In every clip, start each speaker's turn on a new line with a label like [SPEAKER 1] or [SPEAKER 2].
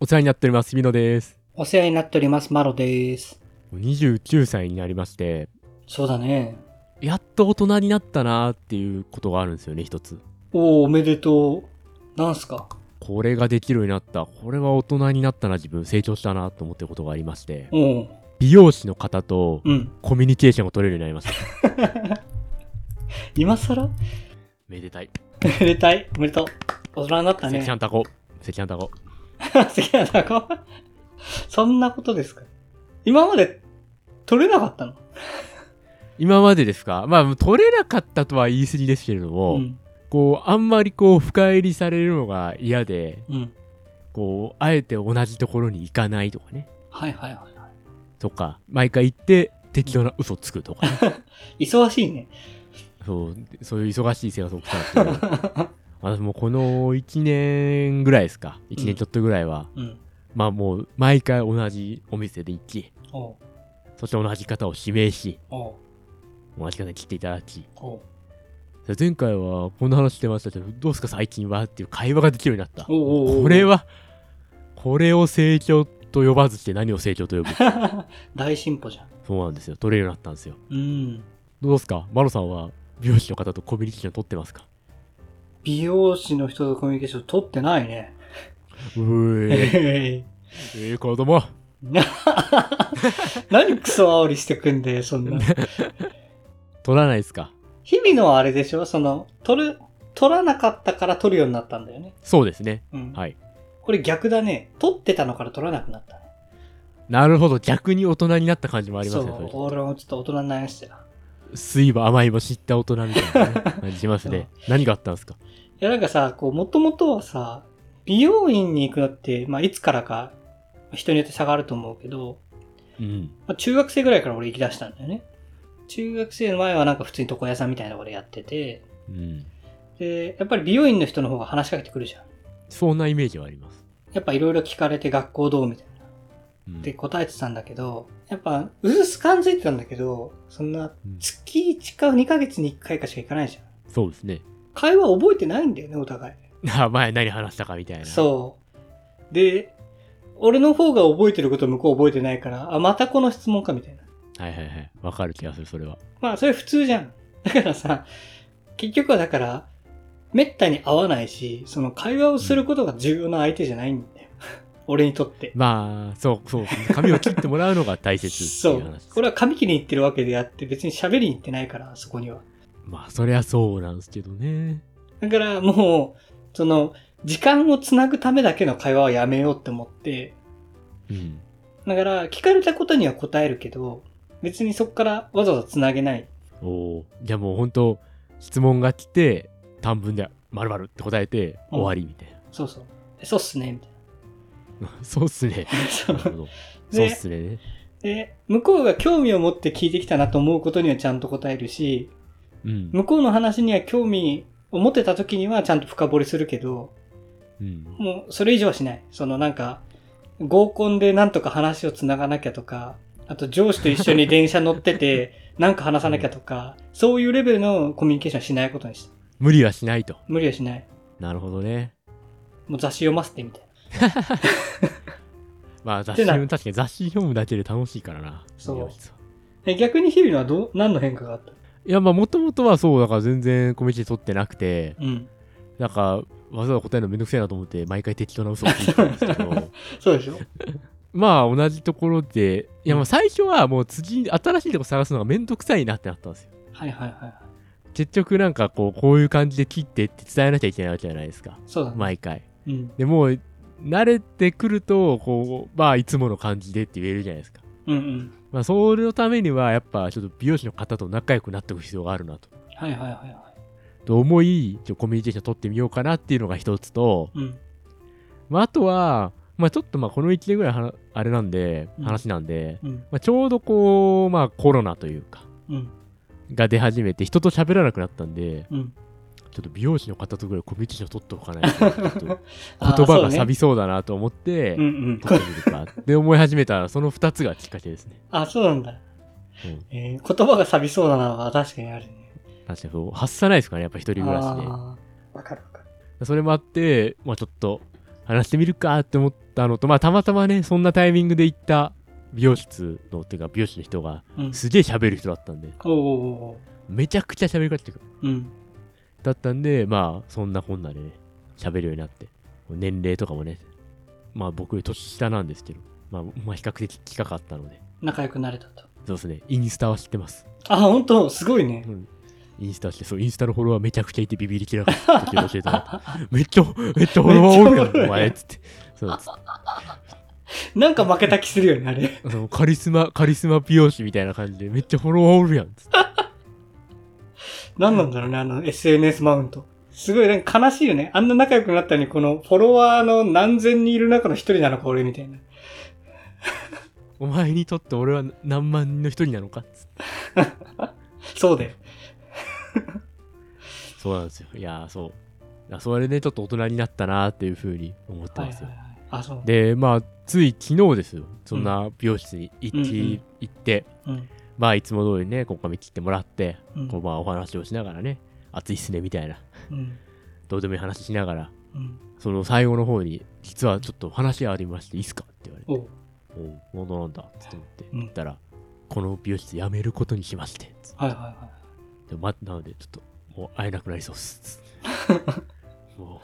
[SPEAKER 1] お世話になっております、日比野です。
[SPEAKER 2] お世話になっております、マロです。
[SPEAKER 1] 29歳になりまして、
[SPEAKER 2] そうだね。
[SPEAKER 1] やっと大人になったなーっていうことがあるんですよね、一つ。
[SPEAKER 2] おお、おめでとう。なんすか
[SPEAKER 1] これができるようになった。これは大人になったな、自分。成長したなと思ってることがありまして。
[SPEAKER 2] おう、
[SPEAKER 1] 美容師の方と
[SPEAKER 2] うん。
[SPEAKER 1] コミュニケーションを取れるようになりました。
[SPEAKER 2] 今更
[SPEAKER 1] めでたい。
[SPEAKER 2] めでたい。おめでとう。大人になった
[SPEAKER 1] 赤
[SPEAKER 2] ね。
[SPEAKER 1] 飯タコ。赤飯タコ。
[SPEAKER 2] 関谷さんこうそんなことですか今まで取れなかったの
[SPEAKER 1] 今までですかまあ、取れなかったとは言い過ぎですけれども、
[SPEAKER 2] うん。
[SPEAKER 1] こう、あんまりこう、深入りされるのが嫌で、
[SPEAKER 2] うん。
[SPEAKER 1] こう、あえて同じところに行かないとかね。
[SPEAKER 2] はいはいは
[SPEAKER 1] とか、毎回行って適当な嘘つくと か、
[SPEAKER 2] い。忙しいね。
[SPEAKER 1] そう、そういう忙しい生活を送ってたんですけど、 私もうこの1年ぐらいですか、1年ちょっとぐらいは、
[SPEAKER 2] うん。
[SPEAKER 1] まあもう毎回同じお店で行き、
[SPEAKER 2] おう、
[SPEAKER 1] そして同じ方を指名し、
[SPEAKER 2] おう、
[SPEAKER 1] 同じ方に来ていただき、
[SPEAKER 2] おう。
[SPEAKER 1] で前回はこんな話してましたけど、どうですか最近はっていう会話ができるようになった。
[SPEAKER 2] おうおうおう
[SPEAKER 1] これは、これを成長と呼ばずして何を成長と呼ぶ
[SPEAKER 2] 大進歩じゃん。
[SPEAKER 1] そうなんですよ。取れるようになったんですよ。
[SPEAKER 2] うん。
[SPEAKER 1] どうですかマロさんは美容師の方とコミュニケーション取ってますか
[SPEAKER 2] 美容師の人とコミュニケーション取ってないね。
[SPEAKER 1] うーえ
[SPEAKER 2] え
[SPEAKER 1] えー、子供。
[SPEAKER 2] な 何クソ煽りしてくんだよ、そんな。
[SPEAKER 1] 取らないですか
[SPEAKER 2] 日々のはあれでしょその、取る、取らなかったから取るようになったんだよね。
[SPEAKER 1] そうですね。
[SPEAKER 2] うん。
[SPEAKER 1] はい。
[SPEAKER 2] これ逆だね。取ってたのから取らなくなったね。
[SPEAKER 1] なるほど。逆に大人になった感じもありますね。
[SPEAKER 2] そう、
[SPEAKER 1] そ
[SPEAKER 2] 俺もちょっと大人になりましたよ。
[SPEAKER 1] れ酸いも甘いも知った大人みたいな、ね、感じします ね。何があったんですか
[SPEAKER 2] いや、なんかさ、こう、もともとはさ、美容院に行くのって、まあ、いつからか、人によって差があると思うけど、
[SPEAKER 1] うん。
[SPEAKER 2] まあ、中学生ぐらいから俺行き出したんだよね。中学生の前はなんか普通に床屋さんみたいなところでやってて、
[SPEAKER 1] うん。
[SPEAKER 2] で、やっぱり美容院の人の方が話しかけてくるじゃん。
[SPEAKER 1] そんなイメージはあります。
[SPEAKER 2] やっぱいろいろ聞かれて学校どうみたいな。
[SPEAKER 1] うん
[SPEAKER 2] って答えてたんだけど、やっぱ、うずす感づいてたんだけど、そんな
[SPEAKER 1] うん、
[SPEAKER 2] 月1か2ヶ月に1回かしか行かないじゃん。
[SPEAKER 1] そうですね。
[SPEAKER 2] 会話覚えてないんだよね、お互い。
[SPEAKER 1] あ前何話したかみたいな。う。
[SPEAKER 2] そう。で、俺の方が覚えてること向こう覚えてないから、あ、またこの質問かみたいな。
[SPEAKER 1] はいはいはい。わかる気がする、それは。
[SPEAKER 2] まあ、それ普通じゃん。だからさ、結局はだから、めったに会わないし、その会話をすることが重要な相手じゃないんだよ。 俺にとって。
[SPEAKER 1] まあ、そうそう。髪を切ってもらうのが大切って
[SPEAKER 2] そ
[SPEAKER 1] いう
[SPEAKER 2] う
[SPEAKER 1] 話。。
[SPEAKER 2] これは髪切りに行ってるわけであって、別に喋りに行ってないから、そこには。
[SPEAKER 1] まあ、そりゃそうなんですけどね。
[SPEAKER 2] だからもう、その、時間をつなぐためだけの会話はやめようって思って、
[SPEAKER 1] うん。
[SPEAKER 2] だから聞かれたことには答えるけど、別にそこからわざわざつなげない。
[SPEAKER 1] おおじゃあもう本当質問が来て短文で「まるって答えて
[SPEAKER 2] うん
[SPEAKER 1] 終わりみたい
[SPEAKER 2] そうそう。えそうっすね、みたい
[SPEAKER 1] な、 そうっすね
[SPEAKER 2] な。そ
[SPEAKER 1] なる
[SPEAKER 2] う
[SPEAKER 1] ほど
[SPEAKER 2] で
[SPEAKER 1] そうっすね
[SPEAKER 2] で、向こうが興味を持って聞いてきたなと思うことにはちゃんと答えるし、
[SPEAKER 1] うん、
[SPEAKER 2] 向こうの話には興味を持ってた時にはちゃんと深掘りするけど、
[SPEAKER 1] うん、
[SPEAKER 2] もうそれ以上はしない。そのなんか、合コンでなんとか話をつながなきゃとか、あと上司と一緒に電車乗ってて、 なんか話さなきゃとか、そういうレベルのコミュニケーションはしないことにした。
[SPEAKER 1] 無理はしないと
[SPEAKER 2] 無理はしない。
[SPEAKER 1] なるほどね
[SPEAKER 2] もう雑誌読ませてみたいな。
[SPEAKER 1] まあ雑誌
[SPEAKER 2] って
[SPEAKER 1] 確か
[SPEAKER 2] な
[SPEAKER 1] に雑誌読むだけで楽しいからな
[SPEAKER 2] そう
[SPEAKER 1] 美容室は
[SPEAKER 2] え逆に日々のはどう、何の変化があった
[SPEAKER 1] いやまあもともとはそうだから全然コミュニティ取ってなくて
[SPEAKER 2] うん。
[SPEAKER 1] なんかわざわざ答えるのめんどくせえなと思って毎回適当な嘘をついてたんですけ ど
[SPEAKER 2] そうでしょ
[SPEAKER 1] まあ同じところでいやまあ最初はもう次新しいとこ探すのがめんどくさいなってなったんですよ
[SPEAKER 2] はいはいはい。
[SPEAKER 1] 結局なんかこう、こういう感じで切ってって伝えなきゃいけないわけじゃないですか。
[SPEAKER 2] そうだね。
[SPEAKER 1] 毎回。
[SPEAKER 2] うん。
[SPEAKER 1] でもう、慣れてくると、こう、まあ、いつもの感じでって言えるじゃないですか。
[SPEAKER 2] うんうん。
[SPEAKER 1] まあ、それのためには、やっぱ、ちょっと美容師の方と仲良くなっておく必要があるなと。
[SPEAKER 2] はいはいはいは
[SPEAKER 1] と思い、ちょコミュニケーション取ってみようかなっていうのが一つと、
[SPEAKER 2] い。うん。
[SPEAKER 1] まあ、あとは、まあ、ちょっとまあ、この1年ぐらいはな、あれなんで、
[SPEAKER 2] うん
[SPEAKER 1] 話なんで、
[SPEAKER 2] うん。
[SPEAKER 1] まあ、ちょうどこう、まあ、コロナというか、
[SPEAKER 2] うん。
[SPEAKER 1] が出始めて、人と喋らなくなったんで、
[SPEAKER 2] うん。
[SPEAKER 1] ちょっと美容師の方とぐらいコミュニケーション取っておかないと、ちょっと
[SPEAKER 2] あー
[SPEAKER 1] 言葉が
[SPEAKER 2] そう
[SPEAKER 1] 錆
[SPEAKER 2] ね
[SPEAKER 1] びそうだなと思って、
[SPEAKER 2] うんうん。
[SPEAKER 1] 撮ってみるかって思い始めたら、その2つがきっかけですね。
[SPEAKER 2] あ、そうなんだ。
[SPEAKER 1] うん
[SPEAKER 2] えー言葉が錆びそうだなのは確かにあるね。
[SPEAKER 1] 確かにそう、発さないですからね、やっぱ一人暮らし
[SPEAKER 2] あーわかるわかる。
[SPEAKER 1] で。それもあって、まあちょっと、話してみるかって思ったのと、まあ、たまたまね、そんなタイミングで行った美容室の、っていうか美容師の人が、
[SPEAKER 2] うん。
[SPEAKER 1] すげえ喋る人だったんで、
[SPEAKER 2] おお
[SPEAKER 1] めちゃくちゃ喋り方いうか
[SPEAKER 2] ー。うん。
[SPEAKER 1] だったんで、まあ、そんなこんなでね、喋るようになって、年齢とかもね、まあ僕より年下なんですけど、まあ、まあ、比較的近かったので、
[SPEAKER 2] 仲良くなれたと。
[SPEAKER 1] そうですね、インスタは知ってます。
[SPEAKER 2] あ、ほんと、すごいね
[SPEAKER 1] う。んインスタして、そう、インスタのフォロワーめちゃくちゃいてビビりきらかった時に教えてもらった。 めっちゃ、めっちゃフォロワー多い
[SPEAKER 2] めっちゃ多
[SPEAKER 1] か
[SPEAKER 2] いね
[SPEAKER 1] ら、お前っつって。そうつっ
[SPEAKER 2] なんか負けた気するよね、あれ。
[SPEAKER 1] てあのカリスマ、カリスマ美容師みたいな感じで、めっちゃフォロワーおるやん、つって。
[SPEAKER 2] なんなんだろうね、あの SNS マウント。すごい、なんか悲しいよね。あんな仲良くなったのに、このフォロワーの何千人いる中の一人なのか、俺みたいな。
[SPEAKER 1] お前にとって俺は何万人の一人なのかっつって
[SPEAKER 2] そうだよ。
[SPEAKER 1] そうなんですよ。いやー、そう。いやそれでちょっと大人になったなーっていうふうに思って
[SPEAKER 2] は
[SPEAKER 1] ま
[SPEAKER 2] いはい
[SPEAKER 1] す
[SPEAKER 2] は
[SPEAKER 1] よ
[SPEAKER 2] い。。あ、そう。
[SPEAKER 1] で、まあ、つい昨日ですよ。そんな美容室に行き、
[SPEAKER 2] うんうん
[SPEAKER 1] 行って、
[SPEAKER 2] うん。
[SPEAKER 1] まあ、いつも通りね、ここ髪切ってもらって、
[SPEAKER 2] うん
[SPEAKER 1] こうまあ、お話をしながらね、暑いっすね、みたいな、
[SPEAKER 2] うん。
[SPEAKER 1] どうでもいい話しながら、
[SPEAKER 2] うん。
[SPEAKER 1] その最後の方に、実はちょっと話がありまして、いいっすかって言われて、
[SPEAKER 2] おう
[SPEAKER 1] おう、なんだなんだって思って、
[SPEAKER 2] うん
[SPEAKER 1] 言ったら、この美容室辞めることにしまして、つって
[SPEAKER 2] はいはいは
[SPEAKER 1] でま、なので、ちょっと、もう会えなくなりそうっす。つっても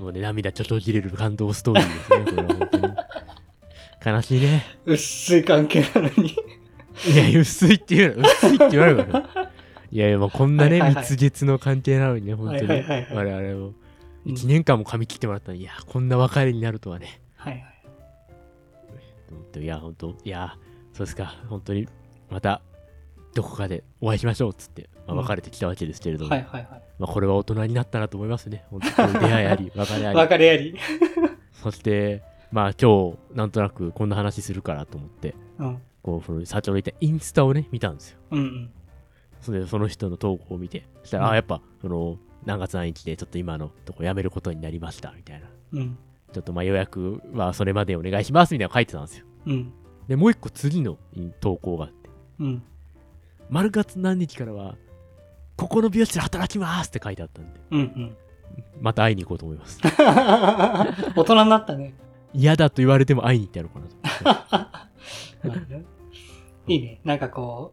[SPEAKER 1] う、もうね、涙ちょちょぎれる感動ストーリーですね、これは本当に。悲しいね。
[SPEAKER 2] い。薄い関係なのに。
[SPEAKER 1] いや、薄いって言うの、薄いって言われるから。いやいや、もうこんなね、
[SPEAKER 2] はいはいはい
[SPEAKER 1] 蜜月の関係なのにね、本当に。
[SPEAKER 2] はいはいはいはい
[SPEAKER 1] 我々も。
[SPEAKER 2] うん
[SPEAKER 1] 1年間も髪切ってもらったのに、いや、こんな別れになるとはね。
[SPEAKER 2] はいはい。
[SPEAKER 1] 本当いや、本当いや、そうですか、本当に、また、どこかでお会いしましょうっつって、まあ
[SPEAKER 2] うん
[SPEAKER 1] 別れてきたわけですけれども、
[SPEAKER 2] はいはいは
[SPEAKER 1] まあ、これは大人になったなと思いますね。本当に出会いあ り、別れ
[SPEAKER 2] い。
[SPEAKER 1] あり。
[SPEAKER 2] 別れあり。
[SPEAKER 1] そして、まあ今日、なんとなくこんな話するからと思って、
[SPEAKER 2] うん。
[SPEAKER 1] こう、その先ほど言ったインスタをね、見たんですよ。
[SPEAKER 2] うんうん。
[SPEAKER 1] それでその人の投稿を見て、そしたら、
[SPEAKER 2] うん
[SPEAKER 1] あやっぱ、その、何月何日でちょっと今のとこ辞めることになりました、みたいな。
[SPEAKER 2] うん。
[SPEAKER 1] ちょっとまあ予約はそれまでお願いします、みたいなの書いてたんですよ。
[SPEAKER 2] うん。
[SPEAKER 1] で、もう一個次の投稿があって、
[SPEAKER 2] うん。
[SPEAKER 1] 丸月何日からは、ここの美容室で働きますって書いてあったんで、
[SPEAKER 2] うんうん。
[SPEAKER 1] また会いに行こうと思い ます。
[SPEAKER 2] 大人になったね。
[SPEAKER 1] 嫌だと言われても会いに行ってやろうかなと思って。
[SPEAKER 2] なるほどねいいね。なんかこ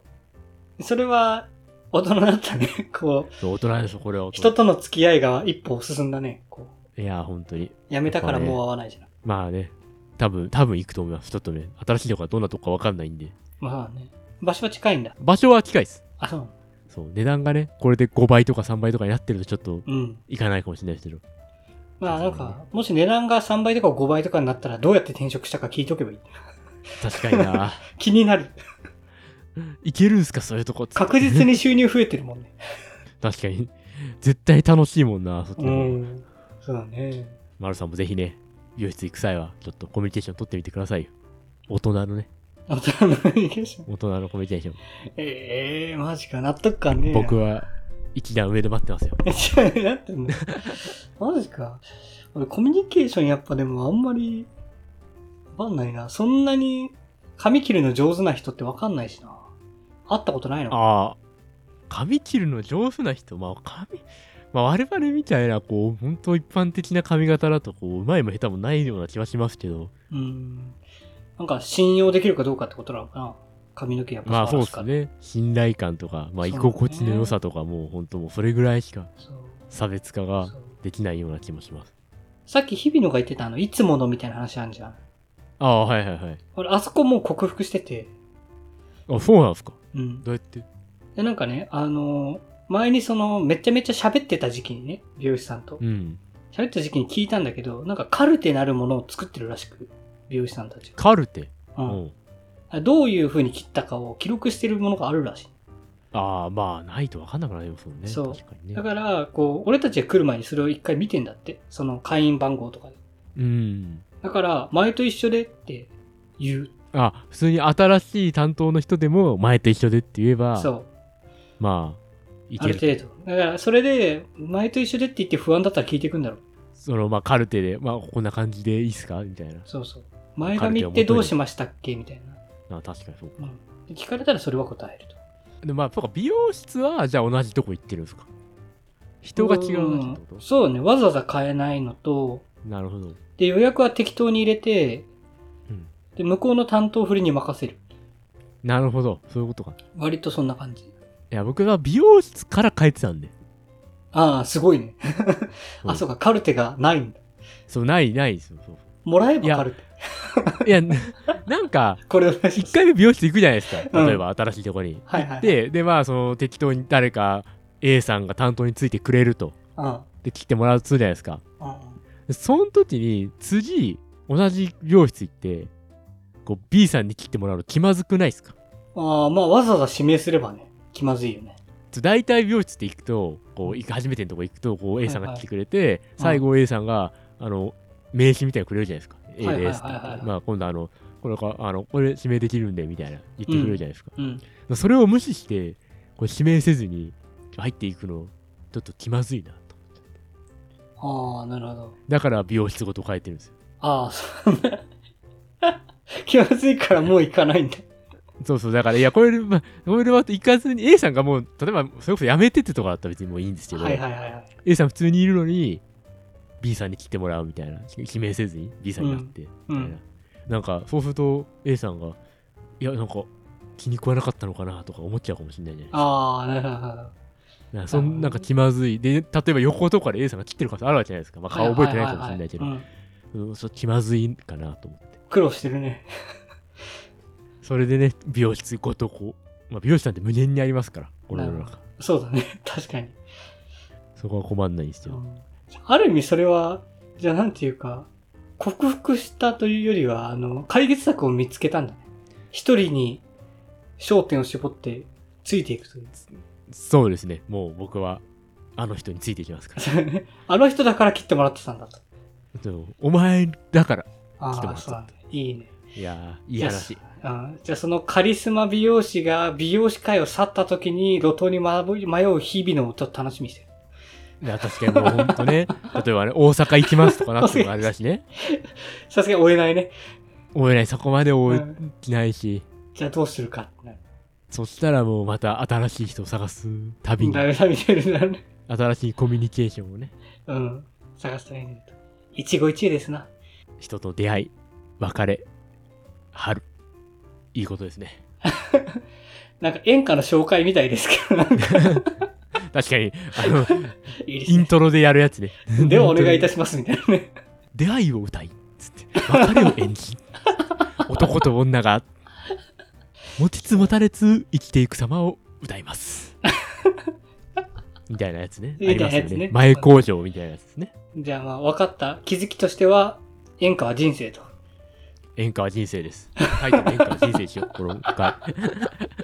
[SPEAKER 2] う、それは大人だったね。 こう、
[SPEAKER 1] そう大人でしょ、これは大人。
[SPEAKER 2] 人との付き合いが一歩進んだね。こ
[SPEAKER 1] いや、本当に。
[SPEAKER 2] う、やめたからもう会わないじゃん。
[SPEAKER 1] まあね、多分、多分行くと思います。ちょっとね、新しいとこがどんなとこかわかんないんで。
[SPEAKER 2] まあね。場所は近いんだ。
[SPEAKER 1] 場所は近いです。
[SPEAKER 2] あ、そう。
[SPEAKER 1] そう、値段がね、これで5倍とか3倍とかになってるとちょっと
[SPEAKER 2] うん。
[SPEAKER 1] いかないかもしれないですけど。
[SPEAKER 2] まあなんか、もし値段が3倍とか5倍とかになったらどうやって転職したか聞いとけばいい。
[SPEAKER 1] 確かに な
[SPEAKER 2] 気になる。
[SPEAKER 1] いけるんすか、そういうとこっつって
[SPEAKER 2] 確実に収入増えてるもんね。
[SPEAKER 1] 確かに。絶対楽しいもんな、そっち
[SPEAKER 2] う
[SPEAKER 1] の方が。
[SPEAKER 2] ん。そうだね。
[SPEAKER 1] マルさんもぜひね、美容室行く際は、ちょっとコミュニケーション取ってみてくださいよ。大人のね、
[SPEAKER 2] 大人のコミュニケーション。
[SPEAKER 1] 大人のコミュニケーション。
[SPEAKER 2] ええー、マジか。納得感ねえな。
[SPEAKER 1] 僕は、一段上で待ってますよ。
[SPEAKER 2] え、違う、なってんのマジか。俺、コミュニケーションやっぱでもあんまり、わかんないな。そんなに、髪切るの上手な人ってわかんないしな。会ったことないの
[SPEAKER 1] ああ、髪切るの上手な人、まあ、髪、まあ、我々みたいな、こう、本当一般的な髪型だと、こう、うまいも下手もないような気はしますけど、
[SPEAKER 2] うん。なんか、信用できるかどうかってことなのかな。髪の毛やっぱ
[SPEAKER 1] まあそうで
[SPEAKER 2] か
[SPEAKER 1] す
[SPEAKER 2] ら
[SPEAKER 1] ね。信頼感とか、まあ
[SPEAKER 2] そう
[SPEAKER 1] 居
[SPEAKER 2] ね
[SPEAKER 1] 心地の良さとか、もう本当もうそれぐらいしか
[SPEAKER 2] そう
[SPEAKER 1] 差別化
[SPEAKER 2] そう
[SPEAKER 1] ができないような気もします。
[SPEAKER 2] さっき日比野が言ってたあの、いつものみたいな話あるじゃん。
[SPEAKER 1] ああ、はいはいはい。
[SPEAKER 2] 俺、あそこもう克服してて。
[SPEAKER 1] あ、そうなんですか。
[SPEAKER 2] うん。
[SPEAKER 1] どうやって
[SPEAKER 2] で、なんかね、あの、前にその、めちゃめちゃ喋ってた時期にね、美容師さんと。
[SPEAKER 1] うん。
[SPEAKER 2] 喋った時期に聞いたんだけど、なんかカルテなるものを作ってるらしく、美容師さんたち
[SPEAKER 1] カルテ。
[SPEAKER 2] が。
[SPEAKER 1] う
[SPEAKER 2] うん
[SPEAKER 1] ん。
[SPEAKER 2] どういう風に切ったかを記録してるものがあるらし
[SPEAKER 1] ああ、まあないと分かんなくなりますもんね。
[SPEAKER 2] そう
[SPEAKER 1] 確か
[SPEAKER 2] い。
[SPEAKER 1] に
[SPEAKER 2] だ
[SPEAKER 1] ね。
[SPEAKER 2] から、こう、俺たちが来る前にそれを一回見てんだって。その会員番号とかで。
[SPEAKER 1] うん。
[SPEAKER 2] だから、前と一緒でって言う。
[SPEAKER 1] あ、普通に新しい担当の人でも前と一緒でって言えば、
[SPEAKER 2] そう。
[SPEAKER 1] まあ、い
[SPEAKER 2] あ
[SPEAKER 1] け
[SPEAKER 2] る
[SPEAKER 1] る。
[SPEAKER 2] 程度。だから、それで、前と一緒でって言って不安だったら聞いていくんだろう。
[SPEAKER 1] その、まあカルテで、まあこんな感じでいいっすかみたいな。
[SPEAKER 2] そうそう。前髪ってどうしましたっけみたいな。
[SPEAKER 1] あ確かにそうか。
[SPEAKER 2] うんで聞かれたらそれは答えると。
[SPEAKER 1] でまあ、そうか美容室はじゃあ同じとこ行ってるんですか人が違うだけってこ
[SPEAKER 2] ん
[SPEAKER 1] と
[SPEAKER 2] そうね。わざわざ変えないのと、
[SPEAKER 1] なるほど。
[SPEAKER 2] で、予約は適当に入れて、
[SPEAKER 1] うん
[SPEAKER 2] で、向こうの担当振りに任せる。
[SPEAKER 1] なるほど。そういうことか。
[SPEAKER 2] 割とそんな感じ。
[SPEAKER 1] いや、僕は美容室から帰ってたんで。
[SPEAKER 2] ああ、すごいね。
[SPEAKER 1] う
[SPEAKER 2] あ、
[SPEAKER 1] ん
[SPEAKER 2] そうか、カルテがないんだ。
[SPEAKER 1] そう、ない、ないですよ。そう
[SPEAKER 2] もらえ
[SPEAKER 1] い
[SPEAKER 2] ば
[SPEAKER 1] や
[SPEAKER 2] カルテ。
[SPEAKER 1] いや、 ななんか、
[SPEAKER 2] これお願いしま
[SPEAKER 1] 一
[SPEAKER 2] す。
[SPEAKER 1] 回目美容室行くじゃないですか。例えば、新しいとこに。
[SPEAKER 2] はいはい。、
[SPEAKER 1] で、で、まあ、その、適当に誰か A さんが担当についてくれると。
[SPEAKER 2] うん。うん
[SPEAKER 1] で、切ってもらうとするじゃないですか。
[SPEAKER 2] うん。
[SPEAKER 1] でその時に、次、同じ美容室行って、こう、B さんに切ってもらうの気まずくないですか
[SPEAKER 2] ああ、まあわざわざ指名すればね、気まずいよね。
[SPEAKER 1] そう大体美容室って行くと、こう、行く初めてのとこ行くと、こう、A さんが来てくれて、最後 A さんが、あの、名刺みたいなのくれるじゃないですか。
[SPEAKER 2] はい
[SPEAKER 1] A
[SPEAKER 2] はいはいはい
[SPEAKER 1] ですって。まあ、今度あの、これか、あの、これ指名できるんで、みたいな言ってくれるじゃないですか。
[SPEAKER 2] うん。
[SPEAKER 1] それを無視して、こう指名せずに入っていくの、ちょっと気まずいなと。
[SPEAKER 2] ああ、なるほど。
[SPEAKER 1] だから美容室ごと変えてるんですよ。
[SPEAKER 2] ああ、そう ね。気まずいからもう行かないんだ。
[SPEAKER 1] そうそう、だから、いや、これ、まあ、これは行かずに、A さんがもう、例えば、それこそ辞めてってとかだったら別にもういいんですけど、
[SPEAKER 2] はいはいはいはい。
[SPEAKER 1] A さん普通にいるのに、B さんに切ってもらうみたいな、指名せずに B さんになって、み
[SPEAKER 2] う
[SPEAKER 1] たいな。
[SPEAKER 2] ん。
[SPEAKER 1] なんか、そうすると A さんが、いや、なんか、気に食わなかったのかなとか思っちゃうかもしれないじゃないですか。
[SPEAKER 2] ああ、なるほどなるほど。
[SPEAKER 1] なんかそんなんか気まずい。で、例えば横とかで A さんが切ってる可能性あるわけじゃないですか。まあ、顔覚えてないかもしれないけど
[SPEAKER 2] は。ははは
[SPEAKER 1] うん、そう気まずいかなと思って
[SPEAKER 2] うん苦労してるね。
[SPEAKER 1] それでね美容室ごとこう、まあ、美容室なんて無限にありますからこの世の中
[SPEAKER 2] そうだね。確かに。
[SPEAKER 1] そこは困んないんですよ、
[SPEAKER 2] うんある意味それは、じゃあなんていうか、克服したというよりは、あの、解決策を見つけたんだね。一人に焦点を絞ってついていく という。
[SPEAKER 1] そうですねもう僕はあの人についていきますから
[SPEAKER 2] あの人だから切ってもらってたんだと。
[SPEAKER 1] そうお前だから切って
[SPEAKER 2] あ
[SPEAKER 1] も
[SPEAKER 2] あ、
[SPEAKER 1] らって
[SPEAKER 2] そう
[SPEAKER 1] た
[SPEAKER 2] なんだ。いいね。
[SPEAKER 1] いやーいい話
[SPEAKER 2] じゃあうんじゃあそのカリスマ美容師が美容師会を去った時に路頭に迷う日々のをちょっと楽しみにしてる。
[SPEAKER 1] いや確かにもうほんとね 例えばね大阪行きますとかなってもあれだし ね
[SPEAKER 2] さすがに追えないね。
[SPEAKER 1] 追えないそこまで追
[SPEAKER 2] うん
[SPEAKER 1] えないし、
[SPEAKER 2] じゃあどうするかってなる。
[SPEAKER 1] そしたらもうまた新しい人を探す旅に
[SPEAKER 2] だめだみたいになるね。
[SPEAKER 1] 新しいコミュニケーションをね
[SPEAKER 2] うん。探したらいいんだけど。一期一会ですな。
[SPEAKER 1] 人と出会い別れ春いいことですね
[SPEAKER 2] なんか演歌の紹介みたいですけど、なんか
[SPEAKER 1] 確かにあの
[SPEAKER 2] いいです
[SPEAKER 1] イン
[SPEAKER 2] ね。
[SPEAKER 1] トロでやるやつね
[SPEAKER 2] ではお願いいた
[SPEAKER 1] し
[SPEAKER 2] しますみたいなね。
[SPEAKER 1] 出会いを歌いつって別れを演 じ男と女が持ちつ持たれつ生きていく様を歌いますみたいなやつねあ
[SPEAKER 2] み
[SPEAKER 1] り
[SPEAKER 2] た
[SPEAKER 1] ま
[SPEAKER 2] い
[SPEAKER 1] す
[SPEAKER 2] な
[SPEAKER 1] よ
[SPEAKER 2] やつね
[SPEAKER 1] ね前工場みたいなやつですね
[SPEAKER 2] じゃあまあ分かった。気づきとしては、演歌は人生と。
[SPEAKER 1] 演歌は人生ですタイトル演歌は人生でしようこの回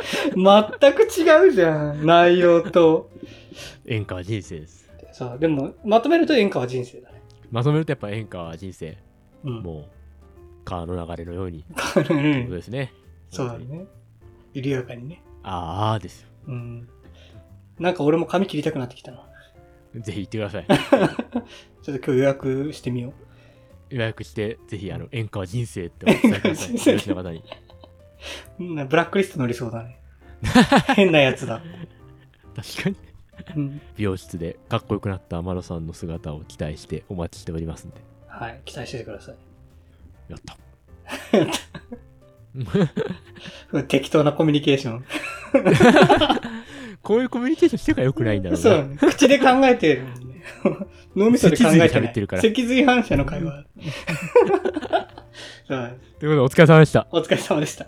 [SPEAKER 2] 全く違うじゃん。内容と。
[SPEAKER 1] 演歌は人生です
[SPEAKER 2] そう。でも、まとめると演歌は人生だね。
[SPEAKER 1] まとめるとやっぱ演歌は人生
[SPEAKER 2] うん。
[SPEAKER 1] もう川の流れのように
[SPEAKER 2] う
[SPEAKER 1] ということ
[SPEAKER 2] ん
[SPEAKER 1] ですね。
[SPEAKER 2] そうだね。緩やかにね。
[SPEAKER 1] あーあーですよ。
[SPEAKER 2] うん。なんか俺も髪切りたくなってきたな。
[SPEAKER 1] ぜひ行ってくだ さい。
[SPEAKER 2] ちょっと今日予約してみよう。
[SPEAKER 1] 予約して、ぜひあの演歌は人生ってお伝えください。
[SPEAKER 2] 演歌は人生
[SPEAKER 1] 有吉の方に。
[SPEAKER 2] うんブラックリスト乗りそう だね。変なやつだ。
[SPEAKER 1] 確かに。
[SPEAKER 2] うん。
[SPEAKER 1] 美容室でかっこよくなった天野さんの姿を期待してお待ちしておりますんで。
[SPEAKER 2] はい。期待しててください。
[SPEAKER 1] やった。
[SPEAKER 2] 適当なコミュニケーション。
[SPEAKER 1] こういうコミュニケーションしてからよくないんだろう
[SPEAKER 2] そうだ
[SPEAKER 1] な。
[SPEAKER 2] ね。口で考えてるもんね。 脳みそで考
[SPEAKER 1] 脊髄
[SPEAKER 2] えて
[SPEAKER 1] で喋ってるから
[SPEAKER 2] 脊髄反射の会話。そうだね
[SPEAKER 1] ということで、お疲れ様でした。
[SPEAKER 2] お疲れ様でした。